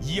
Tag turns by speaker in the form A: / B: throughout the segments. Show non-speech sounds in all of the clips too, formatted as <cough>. A: 以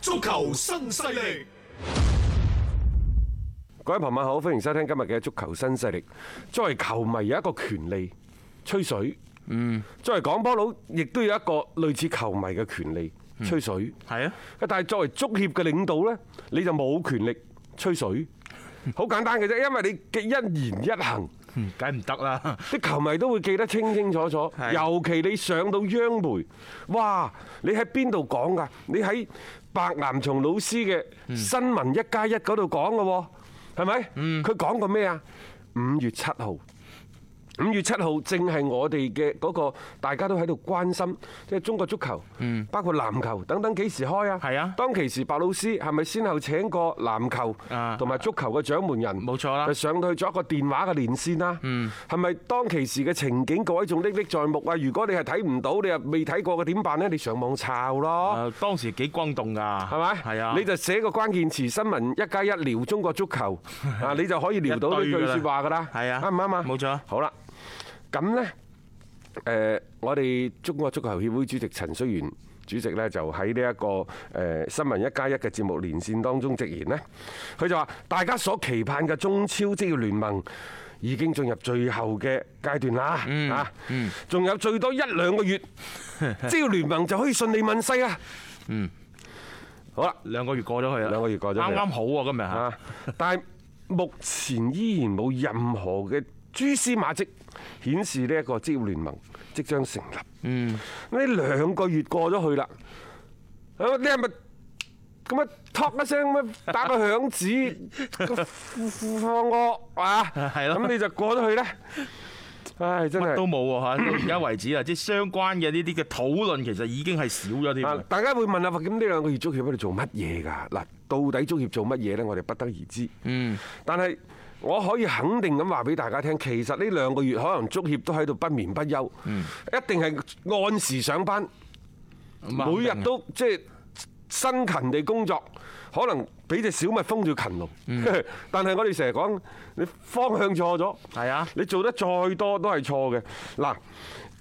A: 足球新勢力，
B: 各位朋友好，歡迎收聽今日嘅足球新勢力。作為球迷有一個權利吹水，嗯，作為講波佬亦都有一個類似球迷嘅權利吹水，
C: 係啊，
B: 但係作為足協嘅領導呢，你就冇權力吹水。好簡單嘅啫，因為你嘅一言一行，
C: 梗唔得啦，
B: 啲球迷都會記得清清楚楚。
C: 係
B: 尤其你上到央媒，哇！你喺邊度講㗎？你喺白岩松老師嘅新聞一加一嗰度講嘅喎，係咪？佢講過咩啊？五月七號。五月七號正係我哋嘅嗰個大家都喺度關心，即係中國足球，包括籃球等等幾時開啊？
C: 係啊
B: 當其時白老師係咪先後請過籃球
C: 啊
B: 同埋足球嘅掌門人？
C: 冇錯啦
B: 就呃上到去做一個電話嘅連線啦。
C: 嗯
B: 係咪當其時嘅情景各位仲歷歷在目啊？如果你係睇唔到，你又未睇過嘅點辦呢？你上網抄咯。
C: 誒當時幾轟動㗎，
B: 係咪？
C: 係啊，
B: 你就寫個關鍵詞新聞一加一聊中國足球
C: <laughs>
B: 啊，你就可以聊到呢句
C: 一堆㗎啦
B: 説話㗎啦。
C: 係啊
B: 啱唔啱啊？
C: 冇錯
B: 好啦，咁呢，誒，我哋中國足球協會主席陳戌源主席呢，就喺呢一個誒呃新聞一加一嘅節目連線當中直言呢，佢就話：大家所期盼嘅中超職業聯盟。已經進入最後嘅階段啦，
C: 嗯
B: 啊，仲有最多一兩
C: <laughs>
B: 個月，職業聯盟就可以順利問世啦。嗯，好啦，
C: 兩個月過咗去啦，
B: 兩個月過咗去啦
C: 啱啱好喎今日嚇，
B: 啊！但係目前依然冇任何嘅蛛絲馬跡顯示呢一個職業聯盟即將成立。嗯，呢兩個月過咗去啦，啊你係咪？咁啊，托一聲咁 <laughs> 樣打個響 <laughs> 指，個呼呼放我 <laughs> 啊！
C: 係咯
B: 咁你就過咗去咧。唉，真係
C: 都冇喎
B: <coughs>
C: 嚇，到而家為止啊，即係相關嘅呢啲嘅討論其實已經係少咗添
B: 啊
C: 啦，！
B: 大家會問啊，咁呢兩個月足協喺度做乜嘢㗎？嗱，到底足協做乜嘢呢？我哋不得而知。嗯，但係我可以肯定咁話俾大家聽，其實呢兩個月可能足協都喺度不眠不休，一定係按時上班，
C: 啊
B: 每日都即係辛勤地工作，可能俾隻小蜜蜂要勤勞。 <laughs> 但係我哋成日講，你方向錯咗。
C: 係啊，
B: 你做得再多都係錯嘅。嗱，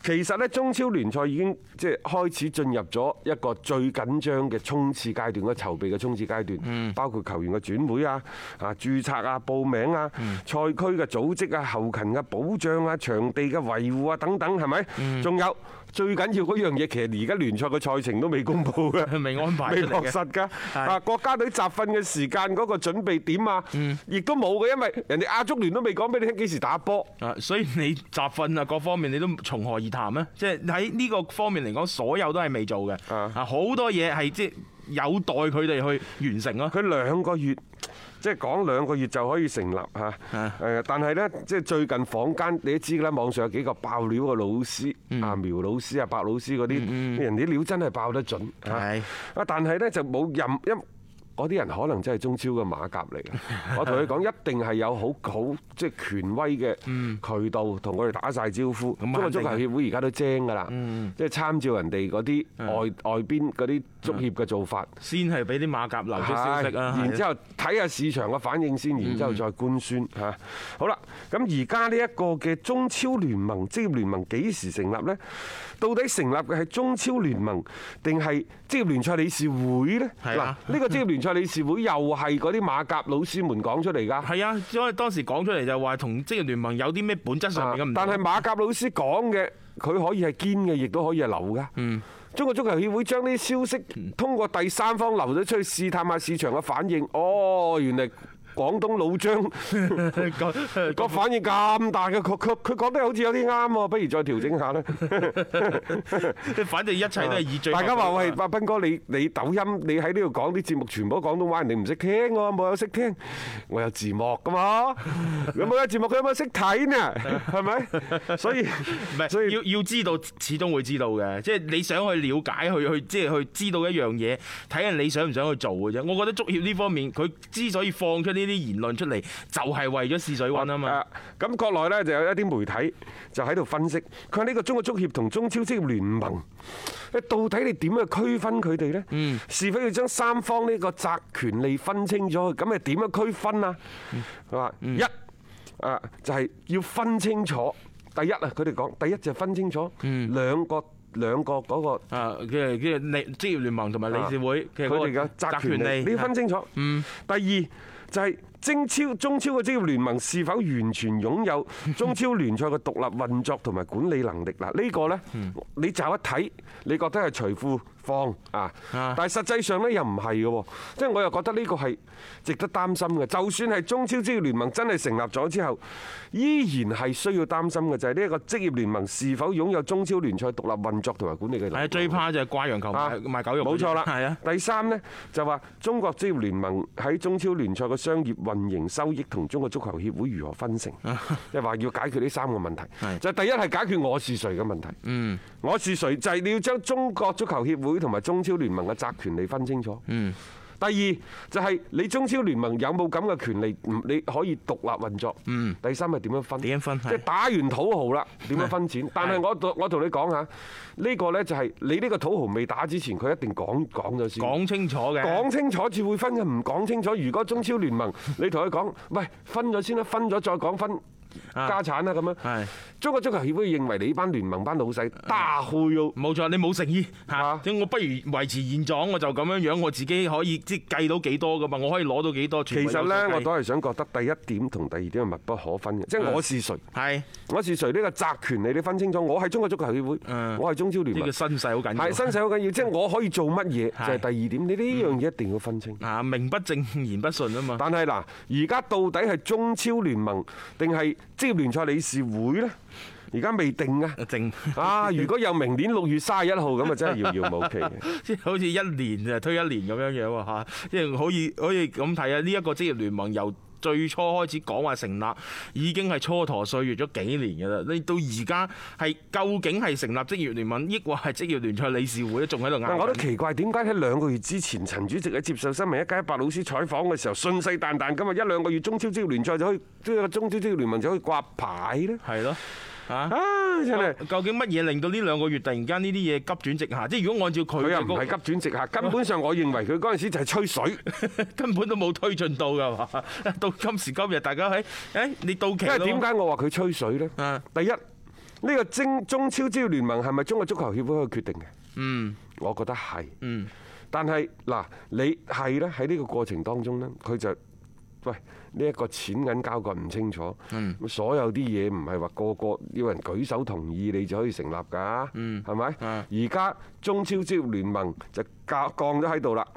B: 其實呢，中超聯賽已經即係開始進入咗一個最緊張嘅衝刺階段，嗰籌備嘅衝刺階段，包括球員嘅轉會啊、啊註冊啊、報名啊、賽區嘅組織啊、後勤嘅保障啊、場地嘅維護啊等等，係咪？仲有最緊要嗰樣嘢，其實而家聯賽嘅賽程都未公布
C: <laughs>
B: 嘅。
C: 未安排
B: 未
C: 出
B: 落
C: 嚟嘅，
B: 實㗎。啊，國家隊集訓嘅時間嗰個準備點啊，亦都冇嘅，因為人哋亞足聯都未講俾你聽幾時打波。
C: 啊，所以你集訓啊各方面你都從何而談呢？即係喺呢個方面嚟講，所有都係未做嘅，
B: 啊
C: 啊好多嘢係即係有待佢哋去完
B: <laughs>
C: 成咯，
B: 佢兩個月。即係講兩個月就可以成立嚇，
C: 啊
B: 誒，但係呢，即係最近坊間你都知㗎啦，網上有幾個爆料嘅老師
C: 嗯
B: 啊，苗老師啊、白老師嗰啲，人哋料真係爆得準嚇。
C: 係
B: 啊，但係呢，就冇任因嗰啲人可能真係中超嘅馬甲嚟
C: <laughs>
B: 嘅，我同佢講一定係有好好即係權威嘅渠道同佢哋打晒招呼。
C: 嗯肯定啊
B: 中國
C: 嗯
B: 足球協會而家都精㗎啦，即係參照人哋嗰啲外外邊嗰啲足協嘅做法。
C: 先係俾啲馬甲流出消息啊，嗯
B: 係然之
C: 後
B: 後睇下市場嘅反應先，然之後再官宣嚇。好啦，咁而家呢一個嘅中超聯盟職業聯盟幾時成立呢？到底成立嘅係中超聯盟定係職業聯賽理事會呢？
C: 係啊
B: 嗱，呢個職業聯賽理事會又係嗰啲馬甲老師們講出嚟
C: <laughs>
B: 㗎。
C: 係啊，因為當時講出嚟就話同職業聯盟有啲咩本質上面嘅唔同，
B: 啊但係馬甲老師講嘅，佢可以係堅嘅，亦都可以係流噶。
C: 嗯
B: 中國足球協會將呢啲消息通過第三方流咗出去，試探下市場嘅反應。哦，原嚟廣東老
C: <laughs>
B: 張個反應咁大嘅，佢佢佢講得好似有啲啱喎，不如再調整下啦。
C: 反正一切都係以最
B: 大家話
C: 確
B: 喂，
C: 定啊
B: 阿斌哥，你你抖音你喺呢度講啲節目全部都廣東話，人哋唔識聽喎，冇有識聽，我有字幕噶
C: <laughs>
B: 嘛，有冇有字幕佢有冇識睇呢？係咪？所以
C: 唔係，
B: 所以
C: 要要知道，始終會知道嘅。即係你想去了解，去去即係去知道一樣嘢，睇人你想唔想去做嘅啫。我覺得足協呢方面，佢之所以放出呢啲言論出嚟，就係為咗試水溫啊嘛。
B: 啊咁國內呢就有一啲媒體就喺度分析，佢話呢個中國足協同中超職業聯盟，到底你點去區分佢哋呢？是否要將三方呢個責權利分清楚？咁係點樣區分啊？佢話一啊就係要分清楚，第一啊佢哋講，第一就係分清楚兩個兩個嗰個。
C: 啊，即係即係你職業聯盟同埋理事會嘅
B: 佢哋
C: 嗰
B: 嘅
C: 個
B: 責權利，你要啊
C: 啊
B: 分清楚。
C: 嗯
B: 第二就係中超中超嘅職業聯盟是否完全擁
C: <laughs>
B: 有中超聯賽嘅獨立運作同埋管理能力嗱？呢個呢，
C: 嗯
B: 你就一睇，你覺得係除褲放啊，
C: 啊
B: 但係實際上呢，又唔係嘅喎，即係我又覺得呢個係值得擔心嘅。就算係中超職業聯盟真係成立咗之後，依然係需要擔心嘅就係呢一個職業聯盟是否擁有中超聯賽獨立運作同埋管理嘅能力。
C: 係最怕就係掛羊球
B: 啊
C: 賣賣狗肉。
B: 冇錯啦。
C: 係啊，
B: 第三呢，就話中國職業聯盟喺中超聯賽嘅商業運營收益同中國足球協會如何分 <laughs> 成，即係話要解決呢三個問題
C: 係。
B: 就第一係解決我是誰嘅問題。嗯，我是誰就係你要將中國足球協會同埋中超聯盟嘅責權利分清楚。嗯。第二就係你中超聯盟有冇咁嘅權利？唔你可以獨立運作。嗯。第三係點樣分？
C: 點樣分
B: 即
C: 係
B: 係打完土豪啦，點樣分錢？但係我同我同你講下，呢個呢就係你呢個土豪未打之前，佢一定講講咗先。
C: 講清楚嘅。
B: 講清楚至會分嘅，唔講清楚，如果中超聯
C: <laughs>
B: 盟你同佢講，喂，分咗先啦，分咗再講分
C: 啊
B: 家產啦咁樣
C: 係。啊
B: 中國足球協會認為你班聯盟班老細大忽悠。
C: 冇錯，你冇誠意嚇
B: 啊，
C: 即係我不如維持現狀，我就咁樣樣，我自己可以即係計到幾多噶嘛，我可以攞到幾多。
B: 其實呢，我都
C: 都
B: 係想覺得第一點同第二點係密不可分嘅，即
C: 嗯
B: 係我是誰，
C: 係
B: 我是誰呢個責權你哋分清楚，我係中國足球協會
C: 嗯，
B: 我係中超聯
C: 呢
B: 盟
C: 個。身世好緊要。啊
B: 係身世好緊要，即係我可以做乜嘢
C: 係
B: 就係第二點，你呢樣嘢一定要分清。
C: 啊，名不正言不
B: <laughs>
C: 順啊嘛。
B: 但係嗱，而家到底係中超聯盟定係職業聯賽理事會呢？而家未定啊！
C: 正， <laughs>
B: 啊，如果有明年六月三十一號咁啊，真係遙遙無期
C: <laughs>
B: 嘅。
C: 即係好似一年就推一年咁樣樣喎嚇，即係可以可以咁睇啊！呢一個職業聯盟由最初開始講話成立，已經係蹉跎歲月咗幾年㗎啦。你到而家係究竟係成立職業聯盟，抑或係職業聯賽理事會仲喺度
B: 但我
C: 拗
B: 都
C: 緊？
B: 奇怪點解喺兩個月之前，陳主席喺接受新聞一家一百老師採訪嘅時候，信誓旦旦咁啊，一兩個月中超職業聯賽就可以，即係中超職業聯盟就可以掛牌呢。
C: 係咯，啊！
B: 啊，真係！
C: <laughs> 究竟乜嘢令到呢兩個月突然間呢啲嘢急轉直下？即係如果按照佢
B: 佢又
C: 嘅
B: 唔係急轉直下，根本上我認為佢嗰陣時就係吹水。
C: 嗰根本都冇推進到㗎嘛。 <laughs> 到今時今日，大家喺誒你到期
B: 因為
C: 咯。
B: 啊點解我話佢吹水呢？
C: 啊
B: 第一，呢、個精中超職業聯盟係咪中國足球協會去決定嘅？嗯，我覺得係。嗯，但係嗱，你係呢，喺呢個過程當中呢，佢就喂呢一個錢銀交割唔清楚。咁所有啲嘢唔係話個個要人舉手同意你就可以成立㗎。嗯，係
C: 啊
B: 咪？而家中超職業聯盟就降降咗喺度啦。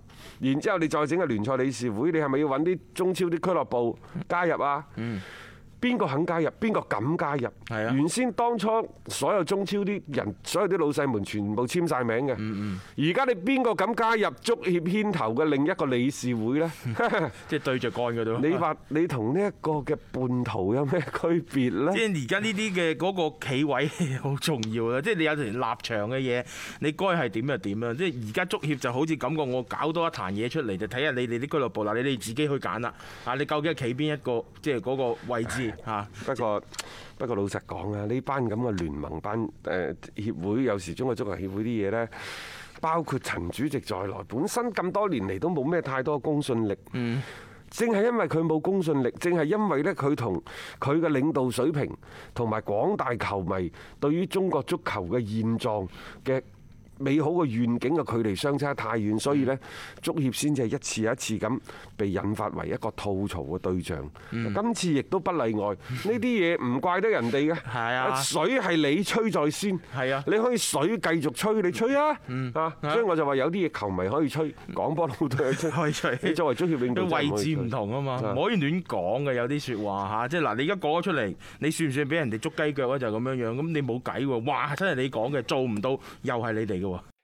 B: 然之後你再整個聯賽理事會，你係咪要揾啲中超啲俱樂部加入啊？邊個肯加入，邊個敢加入？
C: 係啊
B: 原先當初所有中超啲人，所有啲老細們全部簽晒名嘅。而家你邊個敢加入足協牽頭嘅另一個理事會呢？
C: 即係對着幹嗰度？
B: 你話你同呢一個嘅叛徒有咩區別呢
C: <laughs> 即？係而家呢啲嘅嗰個企位 <laughs> 好重要啊啦，即係你有條立場嘅嘢，你該係點就點啦。即係而家足協就好似感覺我搞多一壇嘢出嚟，就睇下你哋啲俱樂部啦，你哋自己去揀啦。啊，你究竟係企邊一個，即係嗰個
B: <laughs>
C: 位置嚇？
B: 不過不過老實講啊，呢班咁嘅聯盟班誒協會，有時中國足球協會啲嘢呢，包括陳主席在內，本身咁多年嚟都冇咩太多公信力。嗯。正係因為佢冇公信力，正係因為呢，佢同佢嘅領導水平同埋廣大球迷對於中國足球嘅現狀嘅美好嘅願景嘅距離相差太遠，所以呢，
C: 嗯
B: 足協先至係一次又一次咁被引發為一個吐槽嘅對象。
C: 嗯
B: 今次亦都不例
C: <laughs>
B: 外，呢啲嘢唔怪得人哋嘅。
C: 係啊
B: 水係你吹在先。
C: 係啊嗯
B: 你可以水繼續吹，你吹啊。啊，所以我就話有啲嘢球迷可以吹，講波佬都可以
C: <laughs>
B: 吹。
C: 可以吹
B: 你作為足協領導真係
C: 佢位
B: 可以
C: 置
B: 吹
C: 唔同啊嘛，
B: 啊
C: 唔可以亂講嘅有啲説話嚇，即係嗱，你而家講咗出嚟，你算唔算俾人哋捉雞腳啊？就咁樣樣，咁你冇計喎，哇！真係你講嘅，做唔到又係你哋嘅喎。